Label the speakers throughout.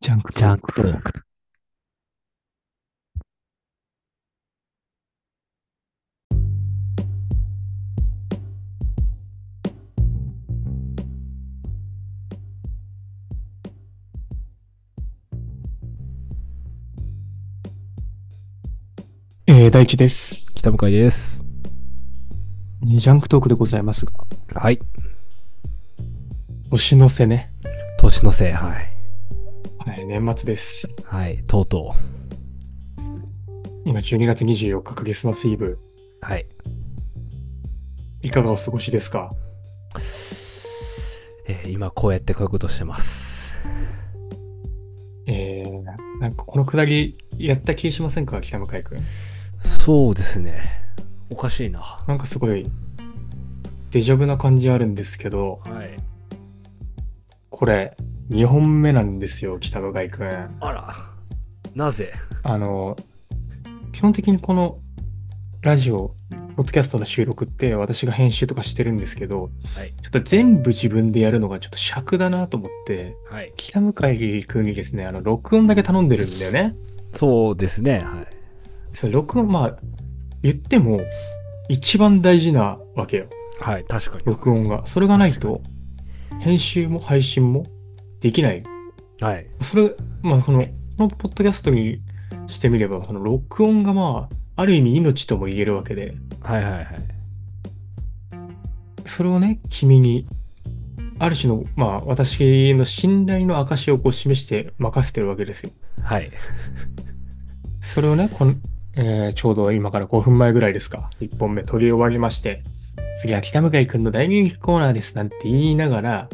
Speaker 1: ジャンク
Speaker 2: ジャンクトーク。
Speaker 1: えー、大地です。
Speaker 2: 北向井です。
Speaker 1: えージャンクトークでございますが、
Speaker 2: はい。
Speaker 1: 年の瀬ね。
Speaker 2: 年のせい、はい。
Speaker 1: はい、年末です。
Speaker 2: はい。とうと
Speaker 1: 今12月24日、クリスマスイブ。
Speaker 2: う。はい。
Speaker 1: いかがお過ごしですか
Speaker 2: えー今こうやってこういうことしてます。
Speaker 1: えー、なんかこのくだりやった気しませんか北向井くん。
Speaker 2: そうですね。おかしいな。
Speaker 1: なんかすごい、デジャブな感じあるんですけど、
Speaker 2: はい。
Speaker 1: これ、2本目なんですよ、北向井くん。
Speaker 2: あら。なぜ
Speaker 1: あの、基本的にこのラジオ、ポッドキャストの収録って私が編集とかしてるんですけど、
Speaker 2: はい
Speaker 1: ちょっと全部自分でやるのがちょっと尺だなと思って、
Speaker 2: はい。
Speaker 1: 北向井君にですね、あの、録音だけ頼んでるんだよね。
Speaker 2: そうですね。はい。
Speaker 1: その録音、まあ、言っても、一番大事なわけよ、
Speaker 2: はい。確かに。
Speaker 1: 録音が。それがないと、編集も配信もできない。
Speaker 2: はい。
Speaker 1: それ、まあ、この、このポッドキャストにしてみれば、その録音がまあ、ある意味命とも言えるわけで、
Speaker 2: はいはいはい。
Speaker 1: それをね、君に、ある種の、まあ、私の信頼の証をこう示して任せてるわけですよ。
Speaker 2: はい。
Speaker 1: それをね、この、えーちょうど今から5分前ぐらいですか。1本目撮り終わりまして、次は北向井くんの大人気コーナーですなんて言いながら、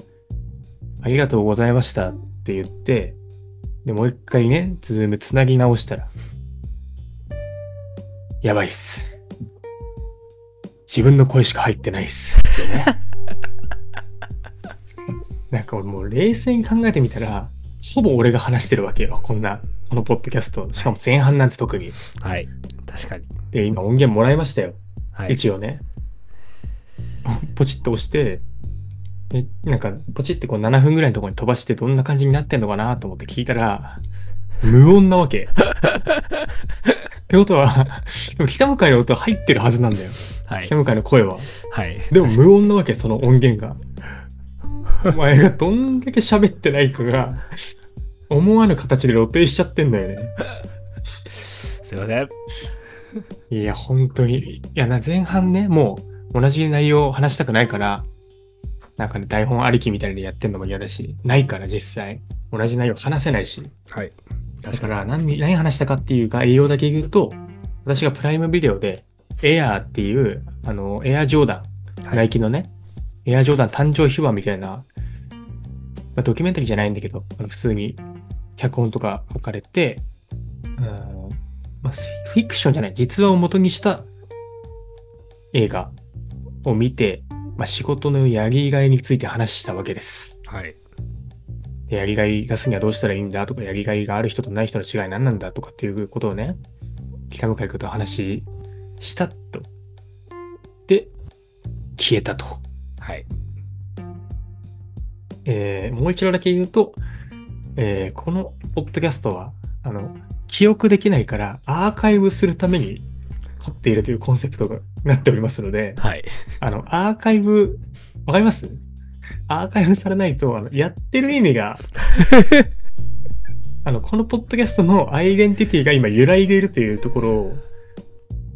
Speaker 1: ありがとうございましたって言って、で、もう一回ね、ズームつなぎ直したら、やばいっす。自分の声しか入ってないっす。ってね。なんか俺もう冷静に考えてみたら、ほぼ俺が話してるわけよ。こんな、このポッドキャスト。しかも前半なんて特に。
Speaker 2: はい。確かに。
Speaker 1: で、今音源もらいましたよ。
Speaker 2: はい。
Speaker 1: 一応ね。ポチッと押して、でなんか、ポチってこう7分ぐらいのところに飛ばしてどんな感じになってんのかなと思って聞いたら、無音なわけ。ってことは、でも北向かいの音は入ってるはずなんだよ。
Speaker 2: はい
Speaker 1: 北。向かいの声は。
Speaker 2: はい。
Speaker 1: でも無音なわけ、その音源が。お前がどんだけ喋ってないかが、思わぬ形で露呈しちゃってんだよね。
Speaker 2: すいません。
Speaker 1: いや、本当に。いや、な、前半ね、もう、同じ内容を話したくないから、なんかね、台本ありきみたいにやってんのも嫌だし、ないから実際、同じ内容話せないし。
Speaker 2: はい。
Speaker 1: だから何、何話したかっていう概要だけ言うと、私がプライムビデオで、エアーっていう、あの、エアジョーダン、
Speaker 2: はい
Speaker 1: ナイキのね、エアジョーダン誕生秘話みたいな、まあ、ドキュメンタリーじゃないんだけど、あの普通に脚本とか書かれて、うんまあ、フィクションじゃない、実話を元にした映画を見て、まあ、仕事のやりがいについて話したわけです。
Speaker 2: はい。
Speaker 1: でやりがい出すにはどうしたらいいんだとか、やりがいがある人とない人の違い何なんだとかっていうことをね、北向井君と話したと。で、消えたと。
Speaker 2: はい。
Speaker 1: えーもう一度だけ言うと、えーこのポッドキャストは、あの、記憶できないからアーカイブするために撮っているというコンセプトがなっておりますので、
Speaker 2: はい。
Speaker 1: あの、アーカイブ、わかりますアーカイブされないと、あの、やってる意味が、あの、このポッドキャストのアイデンティティが今揺らいでいるというところを、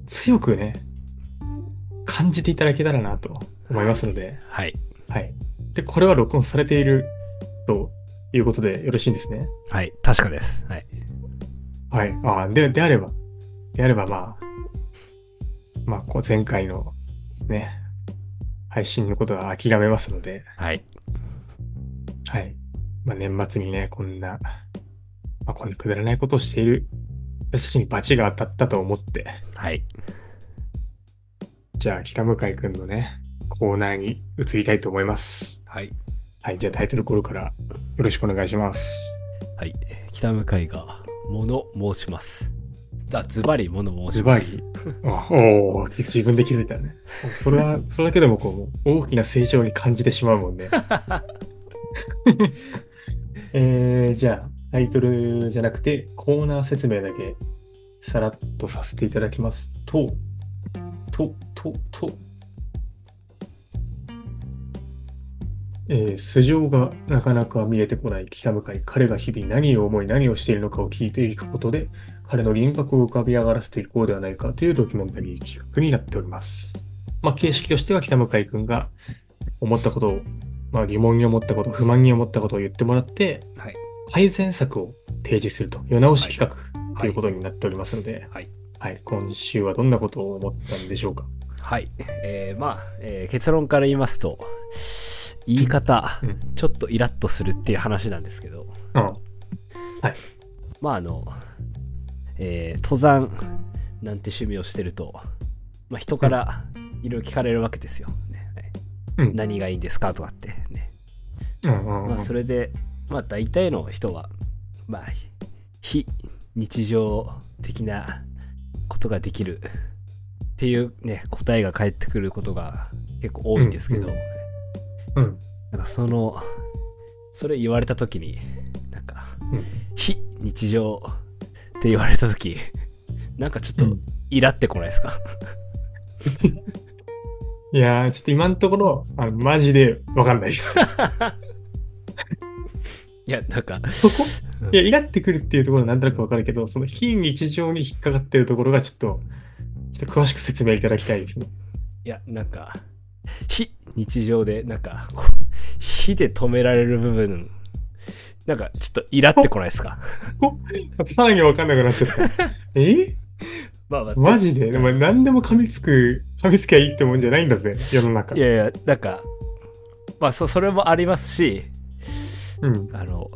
Speaker 1: 強くね、感じていただけたらなと思いますので、
Speaker 2: はい。
Speaker 1: はい。で、これは録音されているということでよろしいんですね。
Speaker 2: はい。確かです。はい。
Speaker 1: はい。ああ、で、であれば、であればまあ、まあ、こう前回のね、配信のことは諦めますので、
Speaker 2: はい。
Speaker 1: はい。まあ、年末にね、こんな、まあ、こんなくだらないことをしている私たちに罰が当たったと思って、
Speaker 2: はい。
Speaker 1: じゃあ、北向井くんのね、コーナーに移りたいと思います。
Speaker 2: はい。
Speaker 1: はい。じゃあ、タイトルコールからよろしくお願いします。
Speaker 2: はい。北向井が、物申します。あ、ズバリ物申
Speaker 1: ズ
Speaker 2: し
Speaker 1: バ
Speaker 2: ま
Speaker 1: リ
Speaker 2: す。。
Speaker 1: あおお、自分で気づいたね。それは、それだけでもこう、大きな成 長に感じてしまうもんね。えー、じゃあ、タイトルじゃなくて、コーナー説明だけさらっとさせていただきますと、と、と、と、えー素性がなかなか見えてこない北向かい、彼が日々何を思い何をしているのかを聞いていくことで、彼の輪郭を浮かび上がらせていこうではないかというドキュメンタリー企画になっております。まあ、形式としては北向井君が思ったことを、まあ、疑問に思ったこと、不満に思ったことを言ってもらって、
Speaker 2: はい
Speaker 1: 改善策を提示すると、世直し企画、
Speaker 2: い
Speaker 1: ということになっておりますので、
Speaker 2: はい
Speaker 1: はい、今週はどんなことを思ったんでしょうか。
Speaker 2: はい、えーまあ、えー結論から言いますと言い方、
Speaker 1: うん
Speaker 2: ちょっとイラッとするっていう話なんですけど
Speaker 1: うん、
Speaker 2: まああの、えー登山なんて趣味をしてると、まあ、人からいろいろ聞かれるわけですよ、ねはい
Speaker 1: うん
Speaker 2: 何がいいんですかとかってね、
Speaker 1: うん、うん、うん。
Speaker 2: まあ、それで、まあ、大体の人は、まあ、非日常的なことができるっていう、ね、答えが返ってくることが結構多いんですけど、
Speaker 1: うんううん、
Speaker 2: なんかそのそれ言われた時になんか、
Speaker 1: うん
Speaker 2: 非日常って言われた時なんかちょっ
Speaker 1: う
Speaker 2: と
Speaker 1: ん
Speaker 2: イラってこないですか、
Speaker 1: いやー、ちょっと今のところ、あのマジでわかんない です。
Speaker 2: いやなんか
Speaker 1: そこ
Speaker 2: うん
Speaker 1: いや、イラってくるっていうところはなんとなくわかるけど、その非日常に引っかかってるところがちょっと、ちょっと詳しく説明いただきたいですね。
Speaker 2: いやなんか非日常でなんかこう非で止められる部分なんかちょっとイラってこないですか
Speaker 1: さらにわかんなくなっちゃ った。え
Speaker 2: まあまあ
Speaker 1: マジで、まあ、何でも噛みつく、噛みつきゃいいってもんじゃないんだぜ、世の中。
Speaker 2: いやいやなんかまあそそれもありますし
Speaker 1: うん。
Speaker 2: あの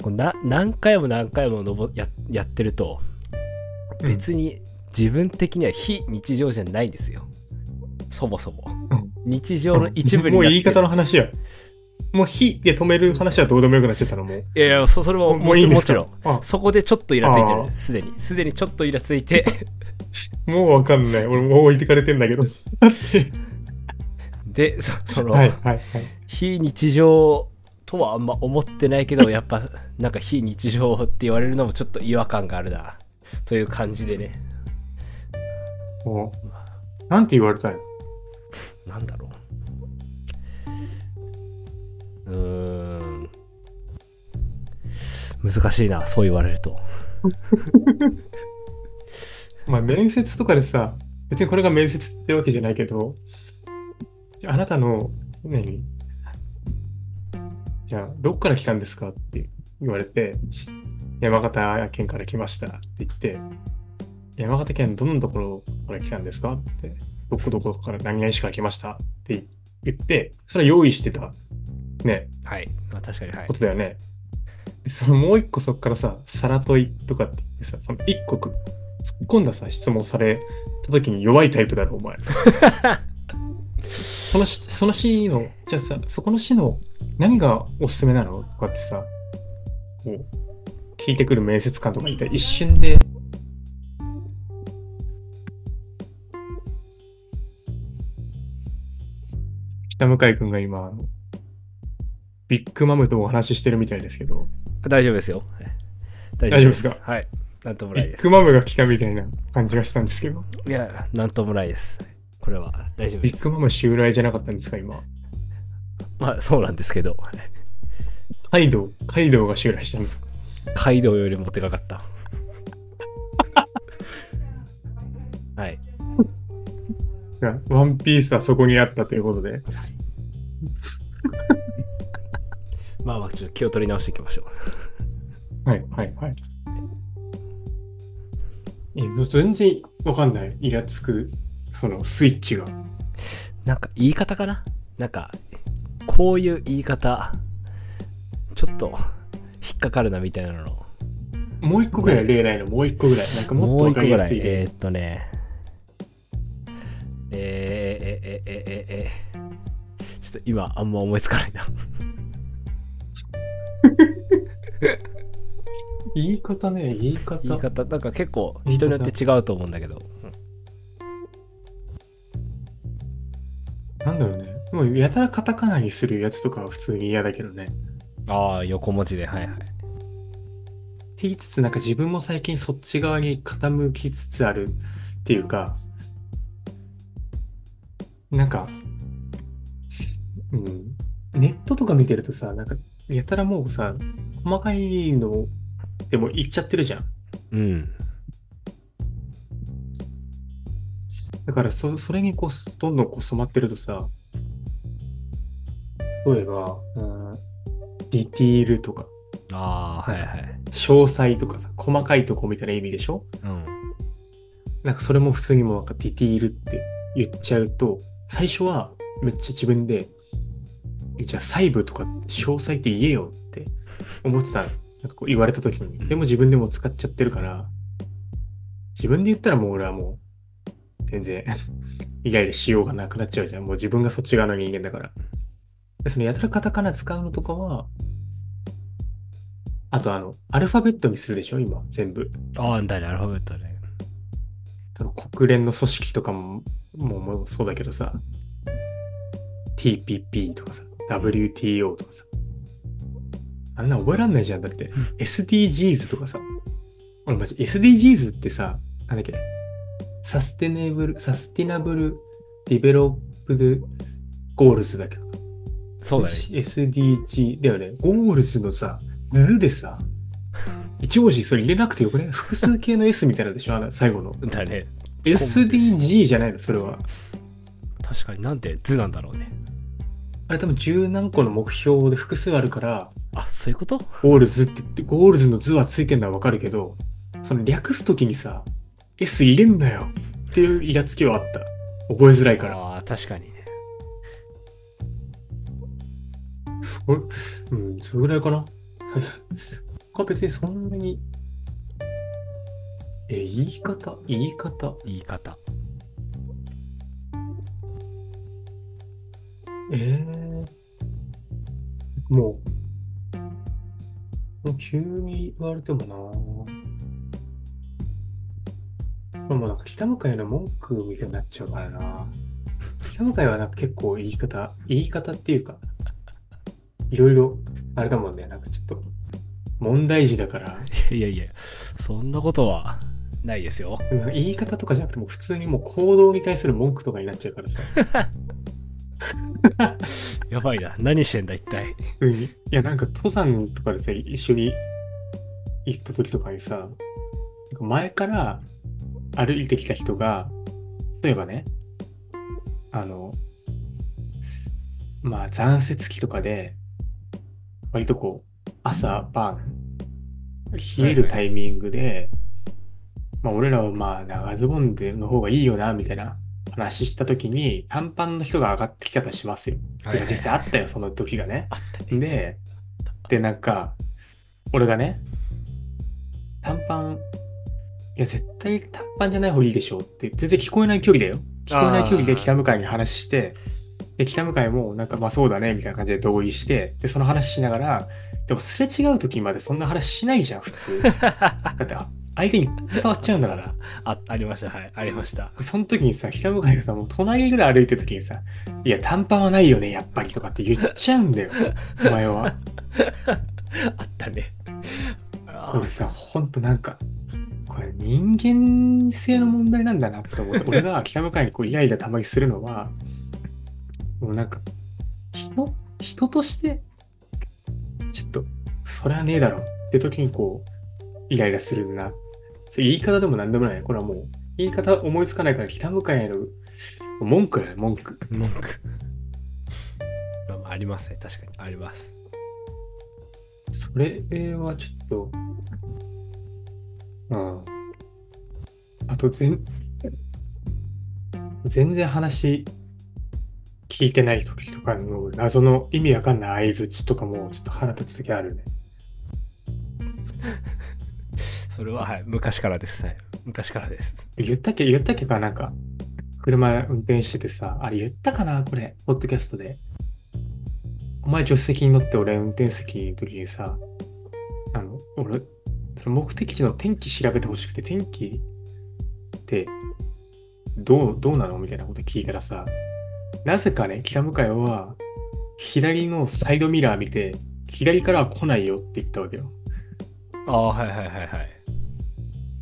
Speaker 2: こうな何回も何回も登ややってると
Speaker 1: うん
Speaker 2: 別に自分的には非日常じゃないんですよそもそも、
Speaker 1: うん
Speaker 2: 日常の一部に
Speaker 1: もう
Speaker 2: なってる
Speaker 1: 言い方の話や。もう火で止める話はどうでもよくなっちゃったのもう。
Speaker 2: いやいやそそれはも
Speaker 1: もういいんで
Speaker 2: も
Speaker 1: す
Speaker 2: ち
Speaker 1: か
Speaker 2: ろん
Speaker 1: あ、
Speaker 2: そこでちょっとイラついて
Speaker 1: あ
Speaker 2: る
Speaker 1: ー
Speaker 2: すでにすでにちょっとイラついて
Speaker 1: もうわかんない。俺もう置いてかれてん だけど。
Speaker 2: で そその、
Speaker 1: はいはいはい。
Speaker 2: 非日常とはあんま思ってないけどやっぱなんか非日常って言われるのもちょっと違和感があるなという感じでね
Speaker 1: おなんて言われたい
Speaker 2: なんだろう。うーん。難しいな、そう言われると。
Speaker 1: まあ面接とかでさ、別にこれが面接ってわけじゃないけど、あなたの、何じゃあ、どっから来たんですかって言われて、山形県から来ましたって言って、山形県どのところから来たんですかって、どこどこから何々市から来ましたって言って、それは用意してた、ね、
Speaker 2: はい。まあ確かに、はい
Speaker 1: こ。とだよね。でそのもう一個そっからさ、さら問いとかって言ってさ、その一個く突っ込んださ、質問された時に弱いタイプだろ、お前。 そのしその市の、じゃあさ、そこの市の何がおすすめなのとかってさ、こう、聞いてくる面接官とかいたら一瞬で、北向井君が今、あのビッグマムとお話ししてるみたいですけど、
Speaker 2: 大丈夫ですよ。はい大
Speaker 1: 大丈夫ですか
Speaker 2: はい。なんともな
Speaker 1: ビ
Speaker 2: いで
Speaker 1: ッ
Speaker 2: す。
Speaker 1: グマムが来たみたいな感じがしたんですけど、
Speaker 2: いや、なんともないです。これは大丈夫
Speaker 1: ビ
Speaker 2: で
Speaker 1: ッ
Speaker 2: す。
Speaker 1: グマム襲来じゃなかったんですか、今。
Speaker 2: まあそうなんですけど、
Speaker 1: カイドウ、カイドウが襲来したんですか。
Speaker 2: カイドウよりもでかかった。はい。
Speaker 1: いやワンピースはそこにあったということで。
Speaker 2: まあまあちょっと気を取り直していきましょう。
Speaker 1: はいはいはい。え、全然わかんない。イラつく、そのスイッチが。
Speaker 2: なんか言い方かななんかこういう言い方ちょっと引っかかるなみたいなの
Speaker 1: もう一個ぐらい例題の、もう一個ぐらい。なんかもっとわ
Speaker 2: 一
Speaker 1: か
Speaker 2: 個
Speaker 1: り
Speaker 2: ぐ
Speaker 1: や
Speaker 2: ら
Speaker 1: す
Speaker 2: い
Speaker 1: い例。
Speaker 2: えー、っとねえー、えー、えー、えー、えー、えー、ちょっと今あんま思いつかな いな
Speaker 1: 言い方ね、言い方。
Speaker 2: 言い方なんか結構人によって違うと思うんだけど
Speaker 1: なんだろうね。もうやたらカタカナにするやつとかは普通に嫌だけどね。
Speaker 2: ああ横文字ではいはい
Speaker 1: 言いつつ、なんか自分も最近そっち側に傾きつつあるっていうか、なんか、すうん、ネットとか見てるとさ、なんか、やたらもうさ、細かいのでも言っちゃってるじゃん。
Speaker 2: うん
Speaker 1: だからそ、それにこう、どんどんこう染まってるとさ、例えば、うん、ディティールとか、
Speaker 2: ああはいはい
Speaker 1: 詳細とかさ、細かいとこみたいな意味でしょ
Speaker 2: うん
Speaker 1: なんかそれも普通にもうなんかディティールって言っちゃうと、最初はめっちゃ自分で、じゃあ細部とか詳細って言えよって思ってた、なんかこう言われた時に、でも自分でも使っちゃってるから、自分で言ったらもう俺はもう全然 イライラしようがなくなっちゃうじゃん。もう自分がそっち側の人間だから。でそのやたらカタカナ使うのとかは、あとあの、アルファベットにするでしょ今、全部。
Speaker 2: ああだねアルファベットね
Speaker 1: その国連の組織とかももうもうそうだけどさ TPP とかさ WTO とかさあんな覚えらんないじゃんだって SDGs とかさ俺マジ SDGs ってさなんだっけサステネブルサスティナブルディベロップドゴールズだっけど
Speaker 2: そうだね
Speaker 1: SDG だよねゴールズのさぬるで さ一文字それ入れなくてよくね複数形の S みたいなのでしょあの最後の
Speaker 2: だね
Speaker 1: SDG じゃないのそれは
Speaker 2: 確かになんて図なんだろうね
Speaker 1: あれ多分十何個の目標で複数あるから
Speaker 2: あそういうこと
Speaker 1: ゴールズって言ってゴールズの図はついてんのはわかるけどその略すときにさ S 入れんなよっていうイラつきはあった覚えづらいから
Speaker 2: ああ確かにね
Speaker 1: それうんそれぐらいかな 他別にそんなにえ言い方言い方
Speaker 2: 言い方
Speaker 1: ええもう、もう急に言われてもなぁ。まあもうなんか北向かいの文句みたいになっちゃうからな北向かいはなんか結構言い方、言い方っていうか、いろいろ、あれだもんね、なんかちょっと、問題児だから、
Speaker 2: いやいやいやそんなことはないですよ
Speaker 1: でもなんか言い方とかじゃなくてもう普通にもう行動に対する文句とかになっちゃうからさ。
Speaker 2: やばいな何してんだ一体
Speaker 1: うん、いやなんか登山とかでさ一緒に行った時とかにさなんか前から歩いてきた人が例えばねあのまあ残雪期とかで割とこう朝晩冷えるタイミングで、まあ俺らはまあ長ズボンでの方がいいよなみたいな話した時に短パンの人が上がってきたとしますよ。てか実際あったよその時がね。
Speaker 2: あったね
Speaker 1: で、で、なんか、俺がね、短パン、いや、絶対短パンじゃない方がいいでしょうって、全然聞こえない距離だよ。聞こえない距離で
Speaker 2: あー
Speaker 1: 北向かいに話して、で、北向かいも、なんか、まあそうだね、みたいな感じで同意して、で、その話しながら、でもすれ違う時までそんな話しないじゃん、普 通。だって、あ相手に伝わっちゃうんだから。
Speaker 2: あありましたはいありました
Speaker 1: その時にさ、北向かいがさ、もう隣ぐらい歩いてる時にさ、いや、短パンはないよね、やっぱりとかって言っちゃうんだよ、お前は。
Speaker 2: あったねあ
Speaker 1: 俺さほんとなんかこれ人間性の問題なんだなって思って俺が北向かいにこうイライラたまにするのはもうなんか人人としてちょっとそれはねえだろって時にこうイライラするなそれ言い方でも何でもないこれはもう言い方思いつかないから北向かいへの文句だよ文句
Speaker 2: 文句まあまあありますね確かにあります
Speaker 1: それはちょっと、うん。あと、全、全然話聞いてない時とかの謎の意味わかんない相槌とかもちょっと腹立つ時あるね。
Speaker 2: それははい昔からですはい昔からです
Speaker 1: 言ったっけ言ったっけかなんか、車運転しててさ、あれ言ったかなこれ、ポッドキャストで。お前助手席に乗って俺運転席の時にさ、あの、俺、その目的地の天気調べてほしくて、天気ってどう、どうなのみたいなこと聞いたらさ、なぜかね、北向かいは、左のサイドミラー見て、左からは来ないよって言ったわけよ。
Speaker 2: ああ、はいはいはいはい。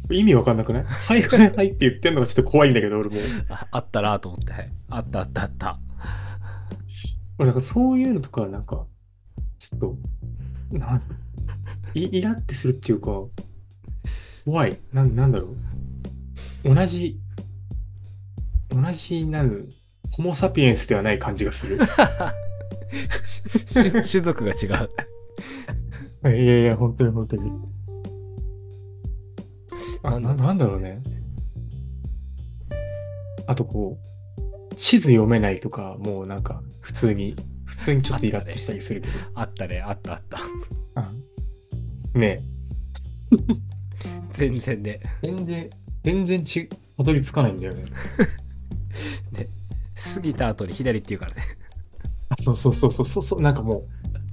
Speaker 1: 意味わかんなくないはいはいはいって言ってんのがちょっと怖いんだけど、俺も。
Speaker 2: ああったなと思って、はい。あったあったあった。
Speaker 1: 俺なんかそういうのとか、なんか、ちょっと、なんいイラってするっていうか、怖い。なんなんだろう。同じ、同じなる、ホモ・サピエンスでは ない感じがする。
Speaker 2: し し種族が違う。
Speaker 1: いやいや、本当に本当に。あ、
Speaker 2: な
Speaker 1: ななんだろうね。あとこう、地図読めないとか、もうなんか、普通に、普通にちょっとイラッとしたりするけど。
Speaker 2: あったね、あったあった。
Speaker 1: うんね
Speaker 2: 全然ね。
Speaker 1: え全然、全然ち、たどり着かないんだよね。
Speaker 2: 過ぎた後に左って言うからね。
Speaker 1: あ、そうそうそうそうそうそう、なんかも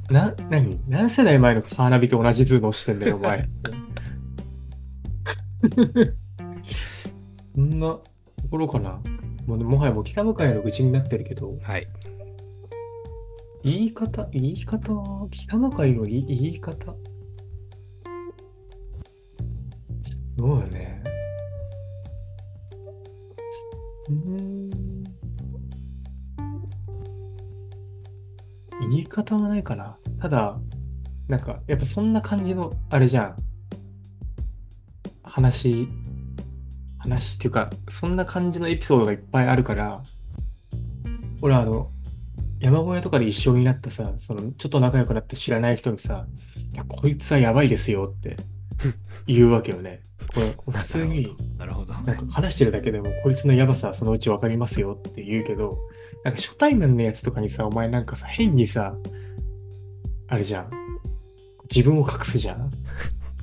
Speaker 1: う、な、なに、何世代前のカーナビと同じルール押してんだよ、お前。そんなところかな。もうねもはやもう北向かいの愚痴になってるけど、
Speaker 2: はい。
Speaker 1: 言い方、言い方、北向かいの言い言い方。そうよね。うーん。言い方はないかな。ただ、なんか、やっぱそんな感じの、あれじゃん。話、話っていうか、そんな感じのエピソードがいっぱいあるから、俺はあの、山小屋とかで一緒になったさ、そのちょっと仲良くなって知らない人にさ、いや、こいつはやばいですよって言うわけよね。これこう普通に
Speaker 2: なるほど。
Speaker 1: なんか話してるだけでも、こいつのやばさはそのうちわかりますよって言うけど、なんか初対面のやつとかにさ、お前なんかさ、変にさ、あれじゃん。自分を隠すじゃん。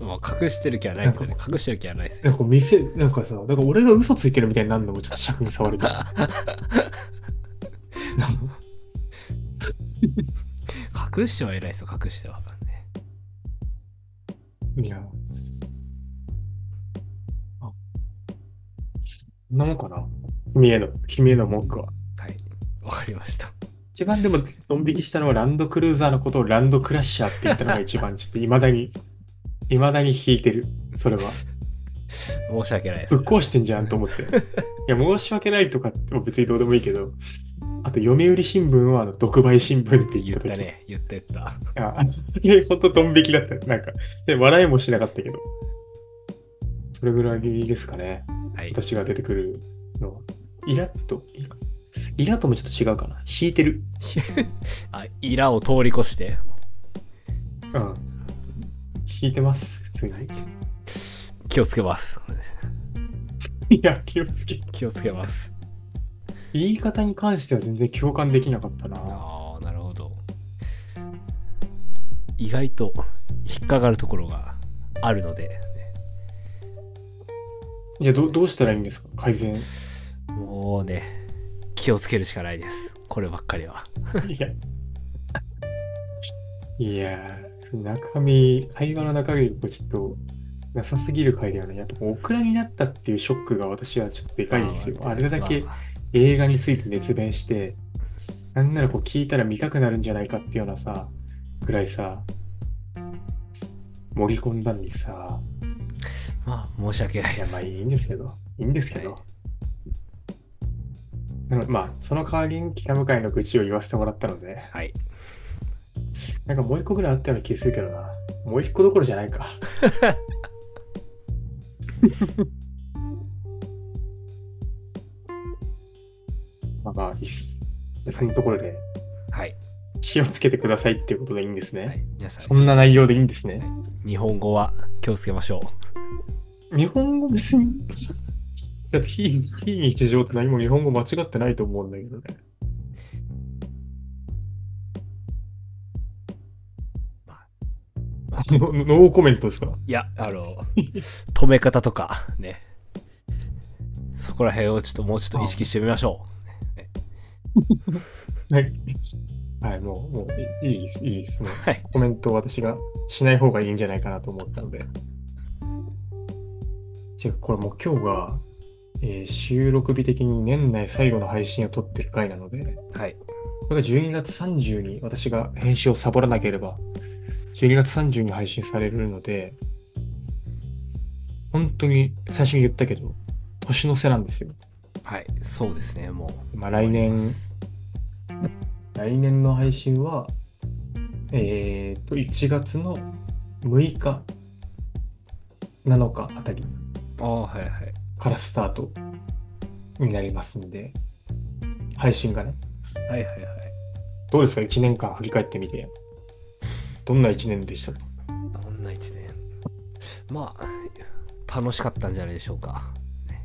Speaker 2: まあ、隠してる気はないけどね。隠してる気はないです
Speaker 1: な
Speaker 2: よ。
Speaker 1: んか店、なんかさ、なんか俺が嘘ついてるみたいになるのもちょっと尺に 触るけど。なんか
Speaker 2: 隠してはいないですよ、隠してはわかんね。
Speaker 1: いや。あ。そんなもんかな。君への、君への文句は。
Speaker 2: はい。わかりました。
Speaker 1: 一番でも、ドン引きしたのはランドクルーザーのことをランドクラッシャーって言ったのが一番、ちょっと未だに、未だに引いてる。それは。
Speaker 2: 申し訳ないです
Speaker 1: ぶっ。壊してんじゃんと思って。いや、申し訳ないとかって別にどうでもいいけど、あと、読売新聞は、あの、独売新聞って
Speaker 2: 言
Speaker 1: 言
Speaker 2: っ
Speaker 1: った
Speaker 2: た
Speaker 1: 時
Speaker 2: ね。言った言った。
Speaker 1: あ、あれ、ほんとドン引きだった。なんか、で笑いもしなかったけど。それぐらいですかね。
Speaker 2: はい。
Speaker 1: 私が出てくるのは。イラッと、イライラともちょっと違うかな。引いてる。
Speaker 2: あ、イラを通り越して。
Speaker 1: うん。引いてます、普通に。
Speaker 2: 気をつけます。
Speaker 1: いや、気をつけ。
Speaker 2: 気をつけます。
Speaker 1: 言い方に関しては全然共感できなかったな。
Speaker 2: ああ、なるほど。意外と引っかかるところがあるので、
Speaker 1: じゃあどう、どうしたらいいんですか改 善。い
Speaker 2: もうね、気をつけるしかないです。こればっかりは。
Speaker 1: や。いやー、中身、会話の中身がちょっと、なさすぎる回だよね。やっぱ、オクラになったっていうショックが私はちょっとでかいんですよ。あれだけ。
Speaker 2: まあ
Speaker 1: 映画について熱弁して、なんならこう聞いたら見たくなるんじゃないかっていうようなさ、ぐらいさ、盛り込んだのにさ、
Speaker 2: まあ、申し訳ない
Speaker 1: い
Speaker 2: で
Speaker 1: やまあ
Speaker 2: す。
Speaker 1: いいんですけど、いいんですけど。
Speaker 2: は
Speaker 1: なのでまあ、その代わりに北向かいの愚痴を言わせてもらったので、
Speaker 2: はい。
Speaker 1: なんかもう一個ぐらいあったような気がするけどな。もう一個どころじゃない か。まあまあ、いいっす。じゃあそのところで。
Speaker 2: はい。
Speaker 1: 気をつけてくださいっていうことでいいんですね。
Speaker 2: はい、皆さ
Speaker 1: そ
Speaker 2: ん、
Speaker 1: んな内容でいいんですね。
Speaker 2: 日本語は気をつけましょ
Speaker 1: 日本語別に。だって非、非日常って何も日本語間違ってないと思うんだけどね。
Speaker 2: う。まあ
Speaker 1: ノノーコメントですか
Speaker 2: いや、あの、 止め方とか、ね。そこら辺をちょっともうちょっと意識してみましょ
Speaker 1: はい。はい、もう、もういいいです。いいです。もう
Speaker 2: う。はい。
Speaker 1: コメントを私がしない方がいいんじゃないかなと思ったので。違う、これもう今日が、えー収録日的に年内最後の配信を撮ってる回なので、
Speaker 2: はい。
Speaker 1: これが12月30に私が編集をサボらなければ、12月30に配信されるので、本当に最初に言ったけど、年の瀬なんですよ。
Speaker 2: はい、そうですね、もう。
Speaker 1: まあ来年
Speaker 2: 終わります
Speaker 1: 来年の配信は、えっと、1月の6日、7日あたり
Speaker 2: ああ、はいはい。
Speaker 1: からスタートになりますんで、配信がね。
Speaker 2: はいはいはい。
Speaker 1: どうですか ?1 年間振り返ってみて。どんな1年でしたか
Speaker 2: どんな一年まあ、楽しかったんじゃないでしょうか。ね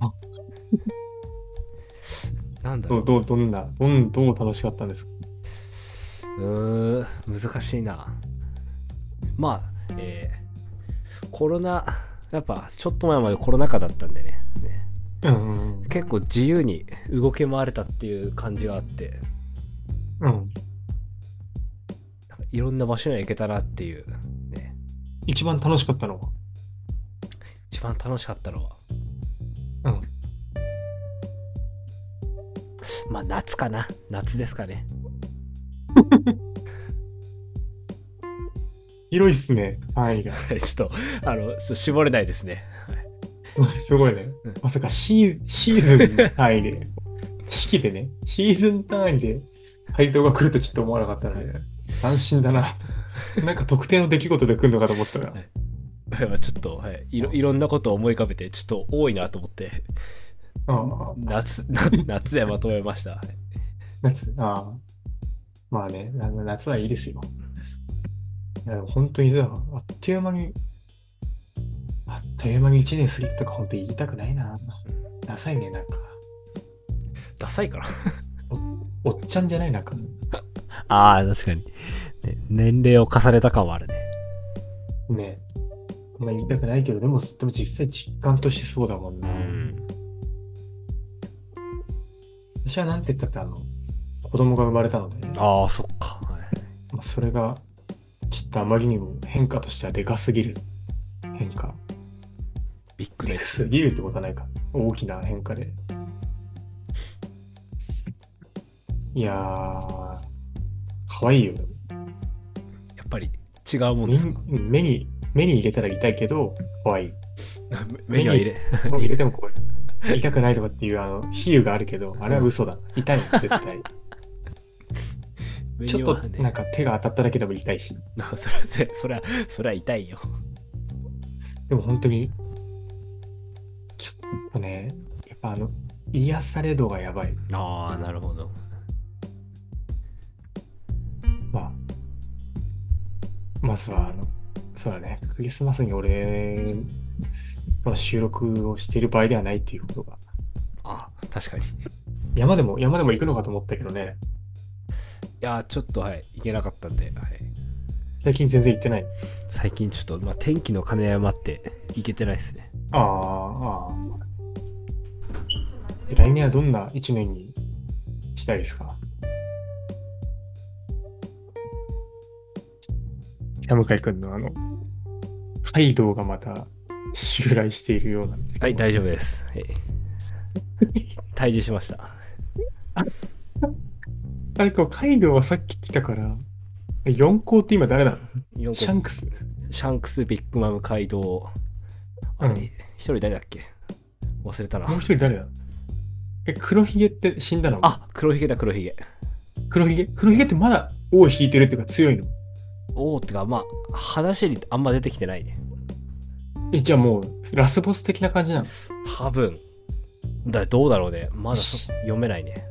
Speaker 1: あ
Speaker 2: なんだろ
Speaker 1: ど
Speaker 2: う
Speaker 1: う、どう、どんな、どん、どう楽しかったんですか
Speaker 2: うーん難しいなまあえーコロナやっぱちょっと前までコロナ禍だったんでね
Speaker 1: う
Speaker 2: ね
Speaker 1: ん、
Speaker 2: 結構自由に動き回れたっていう感じがあって
Speaker 1: うん。
Speaker 2: なんかいろんな場所には行けたなっていうね
Speaker 1: 一番楽しかったのは
Speaker 2: 一番楽しかったのは
Speaker 1: うん
Speaker 2: まあ夏かな夏ですかね
Speaker 1: 広いっすね、範囲が。
Speaker 2: はいちょっとあのちょっと絞れないですね
Speaker 1: すごいね
Speaker 2: うん。
Speaker 1: まさかシーシーズン単位で、四季でね、シーズン単位で配当が来るとちょっと思わなかったので、斬新だなと。なんか特定の出来事で来るのかと思ったら
Speaker 2: は、はいまあちょっと、はい、いろいろんなことを思い浮かべてちょっと多いなと思って
Speaker 1: ああ、
Speaker 2: 夏 な夏でまとめましたはい
Speaker 1: 夏、ああ。まあね、な夏はいいですよ。いやでも本当にさ、あっという間に、あっという間に1年過ぎたとか本当に言いたくないな。ダサいね、なんか。
Speaker 2: ダサいから
Speaker 1: おっちゃんじゃない、なんか。
Speaker 2: ああ、確かに、ね年齢を重ねた感はあるね。
Speaker 1: ねまあ言いたくないけど、でも、でも実際実感としてそうだもんな。
Speaker 2: ん。
Speaker 1: 私はなんて言ったって、あの、子供が生まれたので、ま
Speaker 2: ああ、そっか。はい、
Speaker 1: あ、それが、ちょっとあまりにも変化としてはでかすぎる。変化。
Speaker 2: ビッグ
Speaker 1: で
Speaker 2: で
Speaker 1: か
Speaker 2: す。
Speaker 1: すぎるってことはないか。大きな変化で。いやー、可愛いよ。
Speaker 2: やっぱり違うもん
Speaker 1: み
Speaker 2: ですか
Speaker 1: ん。目に、目に入れたら痛いけど、可愛い。
Speaker 2: 目には入れ。
Speaker 1: もう入れても怖い。痛くないとかっていうあの比喩があるけど、あれは嘘だ。痛い、絶 対。
Speaker 2: 目
Speaker 1: ちょっ
Speaker 2: に
Speaker 1: と
Speaker 2: はね
Speaker 1: なんか手が当たっただけでも痛いし。
Speaker 2: な それは、それは、それは痛いよ。
Speaker 1: でも本当に、ちょっとね、やっぱあの、癒され度がやばい。
Speaker 2: ああ、なるほど。
Speaker 1: まあ、まずはあの、そうだね、クリスマスに俺の収録をしている場合ではないっていうことが。
Speaker 2: あ確かに。い
Speaker 1: 山でも、山でも行くのかと思ったけどね、
Speaker 2: やー、ちょっとはい、いけなかったんで、はい、
Speaker 1: 最近全然行ってない。
Speaker 2: 最近ちょっと、まあ、天気の兼ね合いもあって、いけてないですね。
Speaker 1: ああ、ああ。来年はどんな一年にしたいですか北向井君のあの、カイドウがまた襲来しているようなんですけど
Speaker 2: はい、大丈夫です。はい、退治しました。
Speaker 1: あれか、カイドウはさっき来たから、4校って今誰なの
Speaker 2: 四個
Speaker 1: シャンクス。
Speaker 2: シャンクス、ビッグマム、カイドウ。あ
Speaker 1: う
Speaker 2: れ、
Speaker 1: ん
Speaker 2: 一人誰だっけ忘れたな
Speaker 1: もう。一人誰なのえ、黒ひげって死んだの
Speaker 2: あ、黒ひげだ、黒ひげ。
Speaker 1: 黒ひげ黒ひげってまだ尾を引いてるっていうか強いの
Speaker 2: おおってか、まあ、話にあんま出てきてないね。
Speaker 1: え、じゃあもうラスボス的な感じなの
Speaker 2: 多分。だどうだろうね。まだそ読めないね。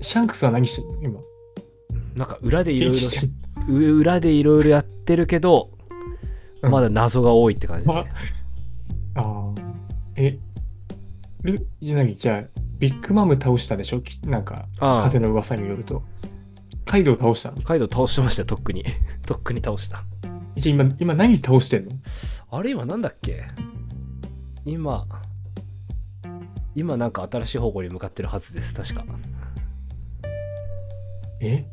Speaker 1: シャンクスは何してんの今。
Speaker 2: なんか裏でいろいろ
Speaker 1: 元気してん
Speaker 2: 裏でいろいろやってるけど、
Speaker 1: うん
Speaker 2: まだ謎が多いって感じだ
Speaker 1: ま
Speaker 2: ね。
Speaker 1: ああ。え、ル、何じゃあ、ビッグマム倒したでしょきなんか、
Speaker 2: ああ
Speaker 1: 風の噂によると。カイドウ倒したの
Speaker 2: カイドウ倒してましたよ、とっくに。 とっくに倒した。
Speaker 1: じゃあ今、今何倒してんの
Speaker 2: あれ、今なんだっけ今、今なんか新しい方向に向かってるはずです、確か。
Speaker 1: え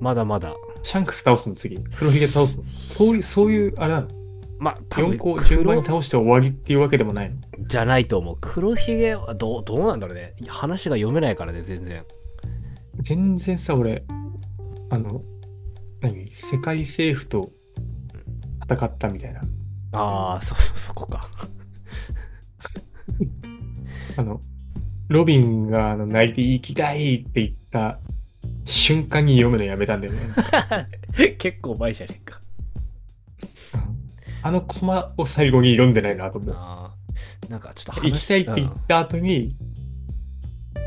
Speaker 2: まだまだ。
Speaker 1: シャンクス倒すの次。黒ひげ倒すのそういう、そういう、あれなの
Speaker 2: まあ、多分
Speaker 1: ?4 個順番
Speaker 2: 黒
Speaker 1: に倒して終わりっていうわけでもないの
Speaker 2: じゃないと思う。黒ひげはどう、どうなんだろうね。話が読めないからね、全然。
Speaker 1: 全然さ、俺、あの、何世界政府と戦ったみたいな
Speaker 2: ああ、そうそう、そこか。
Speaker 1: あの、ロビンがあの泣いて生きがいって言った瞬間に読むのやめたんだよ ね。
Speaker 2: 結構前じゃねえか。
Speaker 1: あのコマを最後に読んでないなと思う。
Speaker 2: ああ、なんかちょっと
Speaker 1: 生きたいって
Speaker 2: う
Speaker 1: 言
Speaker 2: ん
Speaker 1: った後に、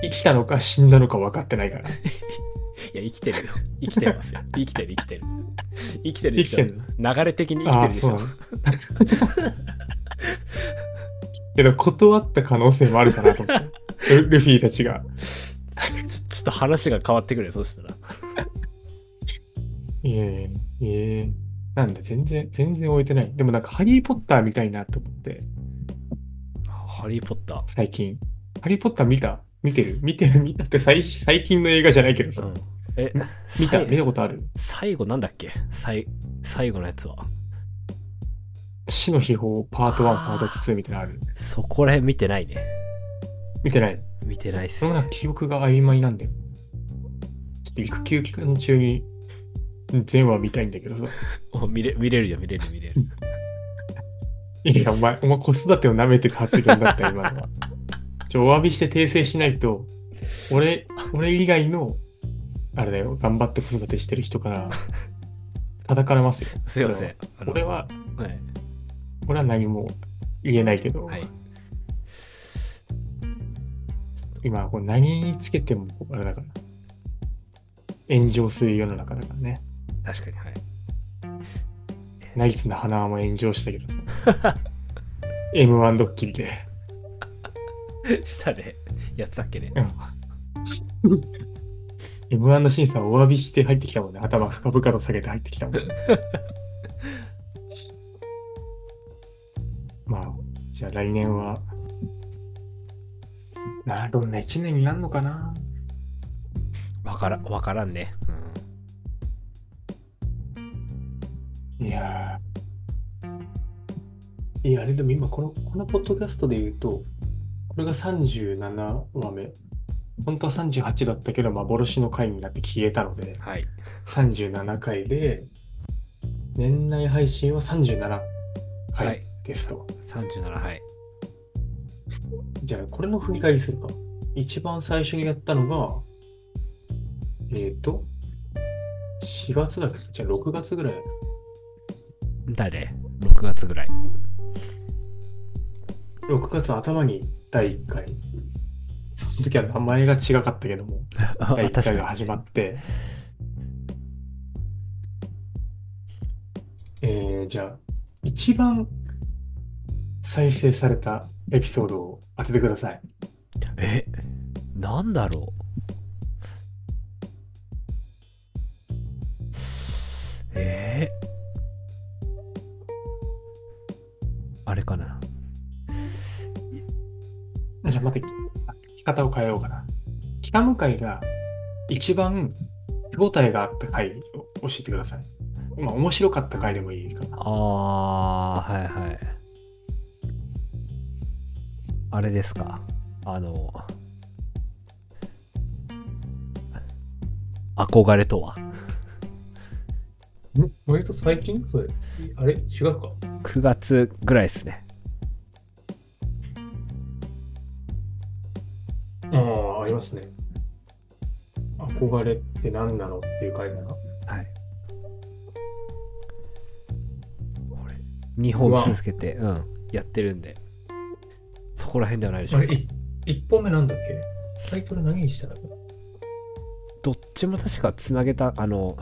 Speaker 1: 生きたのか死んだのか分かってないから。
Speaker 2: いや、生きてるよ。生きてますよ。生きてる、生きてる。生きて
Speaker 1: 生
Speaker 2: る で
Speaker 1: き
Speaker 2: してょ。
Speaker 1: んの
Speaker 2: 流れ的に生きてるでし
Speaker 1: あ
Speaker 2: ょ
Speaker 1: あ。そうなのけど断った可能性もあるかなと思 ってルルフィたちが
Speaker 2: ちょちょっと話が変わってくるよ、そうしたら。
Speaker 1: いえいえいえなんで全然全然終えてないでもなんかハリー・ポッターみたいなと思って
Speaker 2: ハリー・ポッタ
Speaker 1: 最近ハリー・ポッター見た見てる見てる見 たって最最近の映画じゃないけど
Speaker 2: ー。
Speaker 1: さ、
Speaker 2: うん。え、
Speaker 1: 見た
Speaker 2: さい
Speaker 1: 見たことある
Speaker 2: 最後なんだっけ最最後のやつは。
Speaker 1: 死の秘宝パート1パ
Speaker 2: あー
Speaker 1: ート2みたいなのある
Speaker 2: そこら辺見てないね。
Speaker 1: 見てない
Speaker 2: 見てないっす
Speaker 1: それも
Speaker 2: ね。
Speaker 1: なんか記憶が曖昧なんだよちょっと育休期間中に全話見たいんだけどさ
Speaker 2: お見れ見れるよ、見れる、見れる。
Speaker 1: いや、お前、お前子育てを舐めてる発言だったよ、今のは。ちょ、お詫びして訂正しないと、俺、俺以外の、あれだよ、頑張って子育てしてる人から、叩かれますよ。
Speaker 2: すいません。あの
Speaker 1: 俺、は、
Speaker 2: はい。
Speaker 1: 俺は何も言えないけど、
Speaker 2: はい、
Speaker 1: 今、こう何につけても、あれだから、炎上する世の中だからね。
Speaker 2: 確かに、はい。
Speaker 1: ナイツの花輪も炎上したけどさ。M1 ドッキリで。
Speaker 2: 下でやってたっけね。
Speaker 1: M1 の審査をお詫びして入ってきたもんね。頭深々と下げて入ってきたもんね。まあ、じゃあ来年は、などんな1年になるのかな
Speaker 2: わからん、わからんね。うん
Speaker 1: いやー。いや、あれでも今この、このポッドキャストで言うと、これが37話目。本当は38だったけど、幻の回になって消えたので、
Speaker 2: はい。
Speaker 1: 37回で、年内配信は37
Speaker 2: は
Speaker 1: 回
Speaker 2: い
Speaker 1: ですと。
Speaker 2: 37、はい。
Speaker 1: じゃあ、これの振り返りするか。一番最初にやったのが、えっ、ー、と、4月だっけじゃあ6月ぐらいです。
Speaker 2: 誰 ?6 月ぐらい。
Speaker 1: 6月頭に第1回。その時は名前が違かったけども、
Speaker 2: あ
Speaker 1: 第1
Speaker 2: 確か
Speaker 1: 回
Speaker 2: に
Speaker 1: が。始まって。えー、じゃあ、一番再生されたエピソードを当ててください。
Speaker 2: え、なんだろうえーあれかな
Speaker 1: じゃあまた聞き方を変えようかな。北向井が一番手応えがあった回を教えてください。まあ面白かった回でもいいかな。
Speaker 2: あー、はいはい。あれですか。あの、憧れとは
Speaker 1: 割と最近それ。あれ違うか。
Speaker 2: 9月ぐらいですね。
Speaker 1: ああ、ありますね。憧れって何なのっていう回だな。
Speaker 2: はい。これ、2本続けて、うん、やってるんで、そこら辺ではないでしょうか。
Speaker 1: 1本目なんだっけタイトル何にしたの
Speaker 2: どっちも確かつなげた、あの、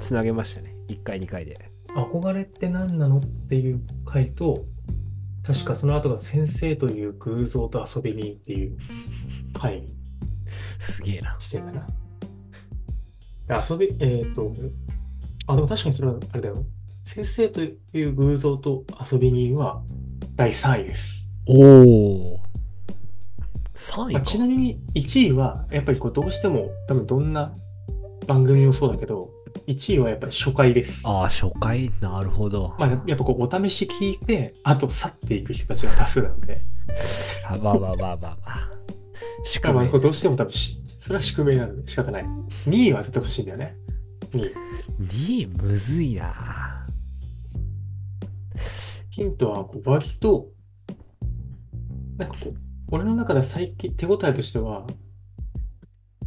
Speaker 2: つなげましたね。1回、2回で。
Speaker 1: 憧れって何なのっていう回と、確かその後が先生という偶像と遊びにっていう回に
Speaker 2: すげえな。
Speaker 1: してんだな。遊び、えっ、と、あ、でも確かにそれはあれだよ。先生という偶像と遊び人は第3位です。
Speaker 2: おお。3位
Speaker 1: まあ
Speaker 2: か。
Speaker 1: ちなみに1位は、やっぱりこうどうしても、多分どんな番組もそうだけど、1位はやっぱり初回です。
Speaker 2: ああ、初回、なるほど。
Speaker 1: まあ、ややっぱこうお試し聞いて、あと去っていく人たちが多数なので、
Speaker 2: あまあまあまあまあまあ。しか
Speaker 1: ま
Speaker 2: も
Speaker 1: あ、こうどうしても多分し、それは宿命なので仕方ない。2位は当ててほしいんだよね。2位。
Speaker 2: 2位むずいな。
Speaker 1: ヒントはこう割と、なんかこう、俺の中では最近、手応えとしては、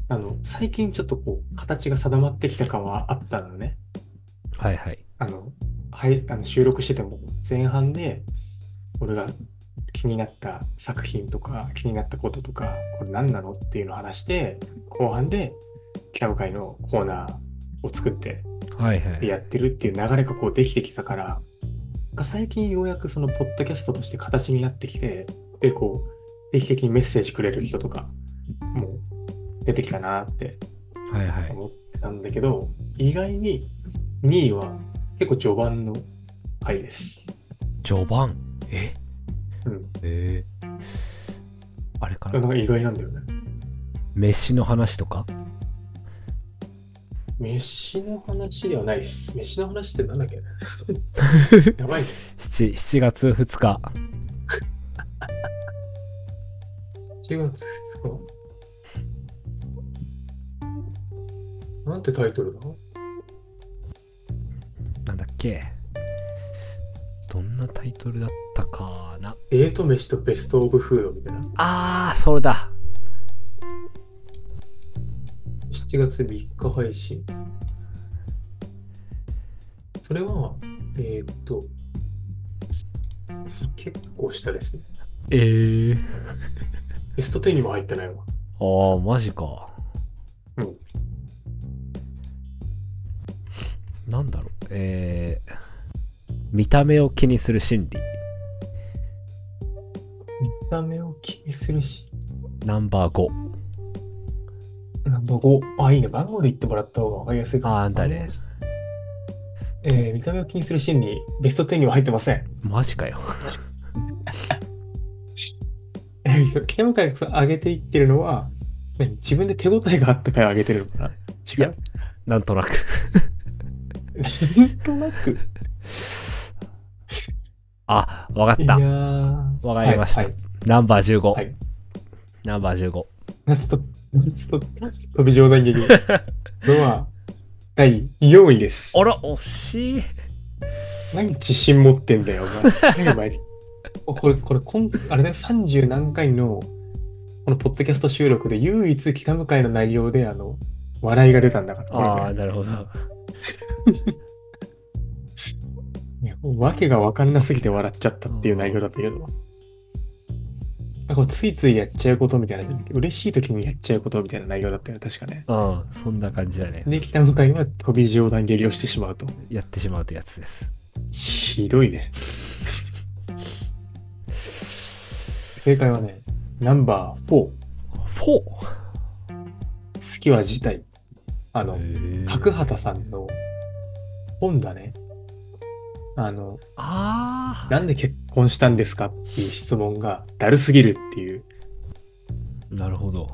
Speaker 1: あの、最近ちょっとこう、形が定まってきた感はあったのね。
Speaker 2: はいはい。
Speaker 1: あの、はい、あの収録してても、前半で、俺が気になった作品とか、気になったこととか、これ何なのっていうのを話して、後半で、北向かいのコーナーを作って、
Speaker 2: はいはい。
Speaker 1: やってるっていう流れがこうできてきたから、なんか最近ようやくそのポッドキャストとして形になってきて、で、こう、定期的にメッセージくれる人とか、もう出てきたなって
Speaker 2: はいはい。
Speaker 1: 思ってたんだけど、意外に2位は結構序盤の回です。
Speaker 2: 序盤え
Speaker 1: うん。
Speaker 2: えあれか
Speaker 1: なん
Speaker 2: な
Speaker 1: か意外なんだよね。
Speaker 2: 飯の話とか
Speaker 1: 飯の話ではないです。飯の話ってなんだっけやばいね。
Speaker 2: 7, 7月2日
Speaker 1: 7月2日。なんてタイトルだ
Speaker 2: なんだっけどんなタイトルだったかな
Speaker 1: デート飯とベストオブフードみたいな。
Speaker 2: あーそれだ
Speaker 1: 7月3日配信。それは、えーっと、結構下ですね。
Speaker 2: えー、
Speaker 1: ベスト10にも入ってないわ。
Speaker 2: あーマジか
Speaker 1: うん
Speaker 2: なんだろうえー、見た目を気にする心理
Speaker 1: 見た目を気にするし。
Speaker 2: ナンバー5
Speaker 1: 番号。あ、いいね。番号で言ってもらった方が分かりやすいかも
Speaker 2: あーだね。
Speaker 1: えー見た目を気にする心理、ベスト10には入ってません。
Speaker 2: マジかよ
Speaker 1: えーそう北向井が上げていってるのは、何自分で手応えがあったから上げてるのかな違う。
Speaker 2: なんとなく
Speaker 1: なんとなく。
Speaker 2: あわかっ
Speaker 1: い
Speaker 2: た
Speaker 1: やー
Speaker 2: わかりました
Speaker 1: はいはい
Speaker 2: ナンバー15、
Speaker 1: はい
Speaker 2: ナンバー15
Speaker 1: 夏と、夏と、夏と飛び冗談劇のは、第4位です。
Speaker 2: あら惜しい
Speaker 1: 何自信持ってんだよ、お前。何お前 おこれ、これ、こんあれだよ、30何回の、このポッドキャスト収録で唯一北向かいの内容で、あの、笑いが出たんだから。
Speaker 2: ああなるほど
Speaker 1: いやもう訳が分かんなすぎて笑っちゃったっていう内容だったけど。なんかついついやっちゃうことみたいな、嬉しい時にやっちゃうことみたいな内容だったよね、確かね。
Speaker 2: うんそんな感じだね
Speaker 1: で、北向かいは飛び冗談蹴りをしてしまうと。
Speaker 2: やってしまうとやつです
Speaker 1: ひどいね。正解はね、ナンバー4、好
Speaker 2: 4!
Speaker 1: きは自体。あの、
Speaker 2: へー
Speaker 1: 角畑さんの本だね。あの、
Speaker 2: ああ
Speaker 1: なんで結婚したんですかっていう質問がだるすぎるっていう
Speaker 2: なるほど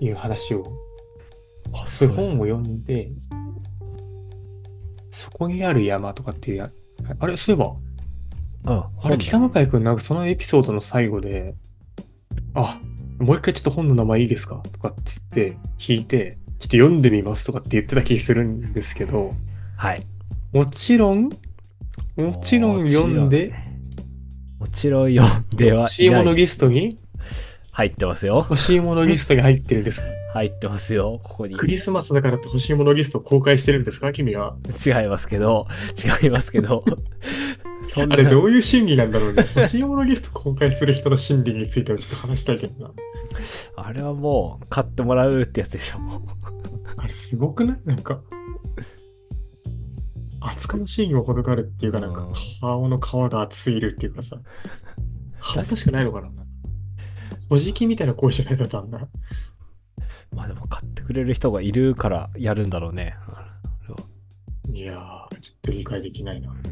Speaker 1: いう話を、
Speaker 2: あ
Speaker 1: そういう本を読んで、そこにある山とかっていうや、あれ、そういえば、
Speaker 2: うん
Speaker 1: あれ、北向井くん、なんかそのエピソードの最後で、あ、もう一回ちょっと本の名前いいですかとかっつって聞いて、ちょっと読んでみますとかって言ってた気するんですけど、
Speaker 2: はい
Speaker 1: もちろん、もちろん読んで、
Speaker 2: もちろん読んでは
Speaker 1: 欲し
Speaker 2: い
Speaker 1: い
Speaker 2: な
Speaker 1: もの
Speaker 2: い
Speaker 1: リストに、
Speaker 2: 入ってますよ
Speaker 1: 欲しいものリストに入ってるんですか
Speaker 2: 入ってますよここに
Speaker 1: クリスマスだからって欲しいものリストを公開してるんですか君は。
Speaker 2: 違いますけど違いますけどそん
Speaker 1: あ
Speaker 2: な
Speaker 1: れ、どういう心理なんだろうね。欲しいものリスト公開する人の心理についてもちょっと話したいけどな。
Speaker 2: あれはもう買ってもらうってやつでしょ
Speaker 1: あれすごくないなんか厚かましいにも程があるっていうかなん
Speaker 2: う
Speaker 1: か
Speaker 2: ん
Speaker 1: 顔の皮が厚すぎるっていうかさ恥ずかしくないのかなおじきみたいな声じゃないだったんだ
Speaker 2: まあでも買ってくれる人がいるからやるんだろうね
Speaker 1: いやーちょっと理解できないな
Speaker 2: うん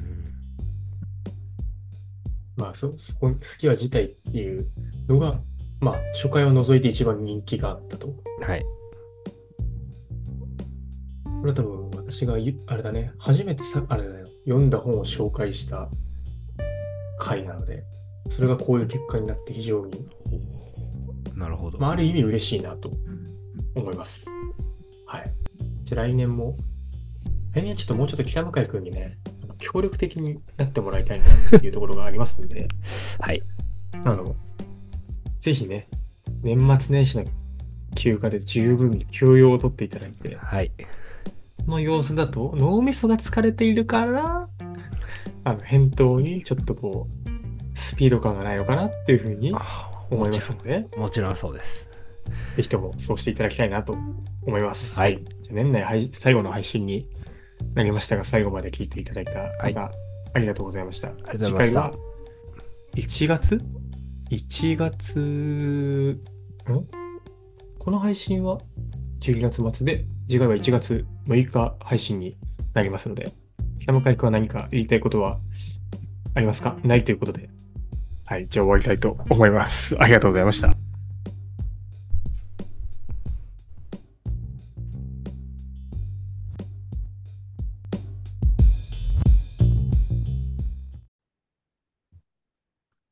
Speaker 1: まあそそこ好きは自体っていうのがまあ初回を除いて一番人気があったと
Speaker 2: はい
Speaker 1: これは多分私がゆあれだね初めてさあれだよ読んだ本を紹介した回なのでそれがこういう結果になって非常に
Speaker 2: なるほど
Speaker 1: まあ、ある意味嬉しいなと思います。はい。じゃあ来年も、来年はちょっともうちょっと北向井君にね、あの協力的になってもらいたいなっていうところがありますので、
Speaker 2: はい。
Speaker 1: あの、ぜひね、年末年始の休暇で十分に休養を取っていただいて、
Speaker 2: はい。
Speaker 1: この様子だと脳みそが疲れているから、あの、返答にちょっとこう、スピード感がないのかなっていうふうに
Speaker 2: あ
Speaker 1: 思い
Speaker 2: も
Speaker 1: ま
Speaker 2: ち
Speaker 1: す
Speaker 2: ろ
Speaker 1: ので、
Speaker 2: ん、もちろんそうです。
Speaker 1: ぜひともそうしていただきたいなと思います。
Speaker 2: はい。
Speaker 1: じゃあ年内配最後の配信になりましたが、最後まで聞いていただいた
Speaker 2: はい
Speaker 1: 方、ありがとうございました。あり
Speaker 2: がとうございました
Speaker 1: 次回は1月 ?1 月、んこの配信は12月末で、次回は1月6日配信になりますので、北向井君は何か言いたいことはありますかないということで。はい、じゃあ終わりたいと思います。ありがとうございました。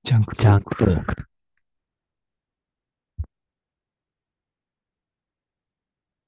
Speaker 1: ジャンク
Speaker 2: ジャンクトーク。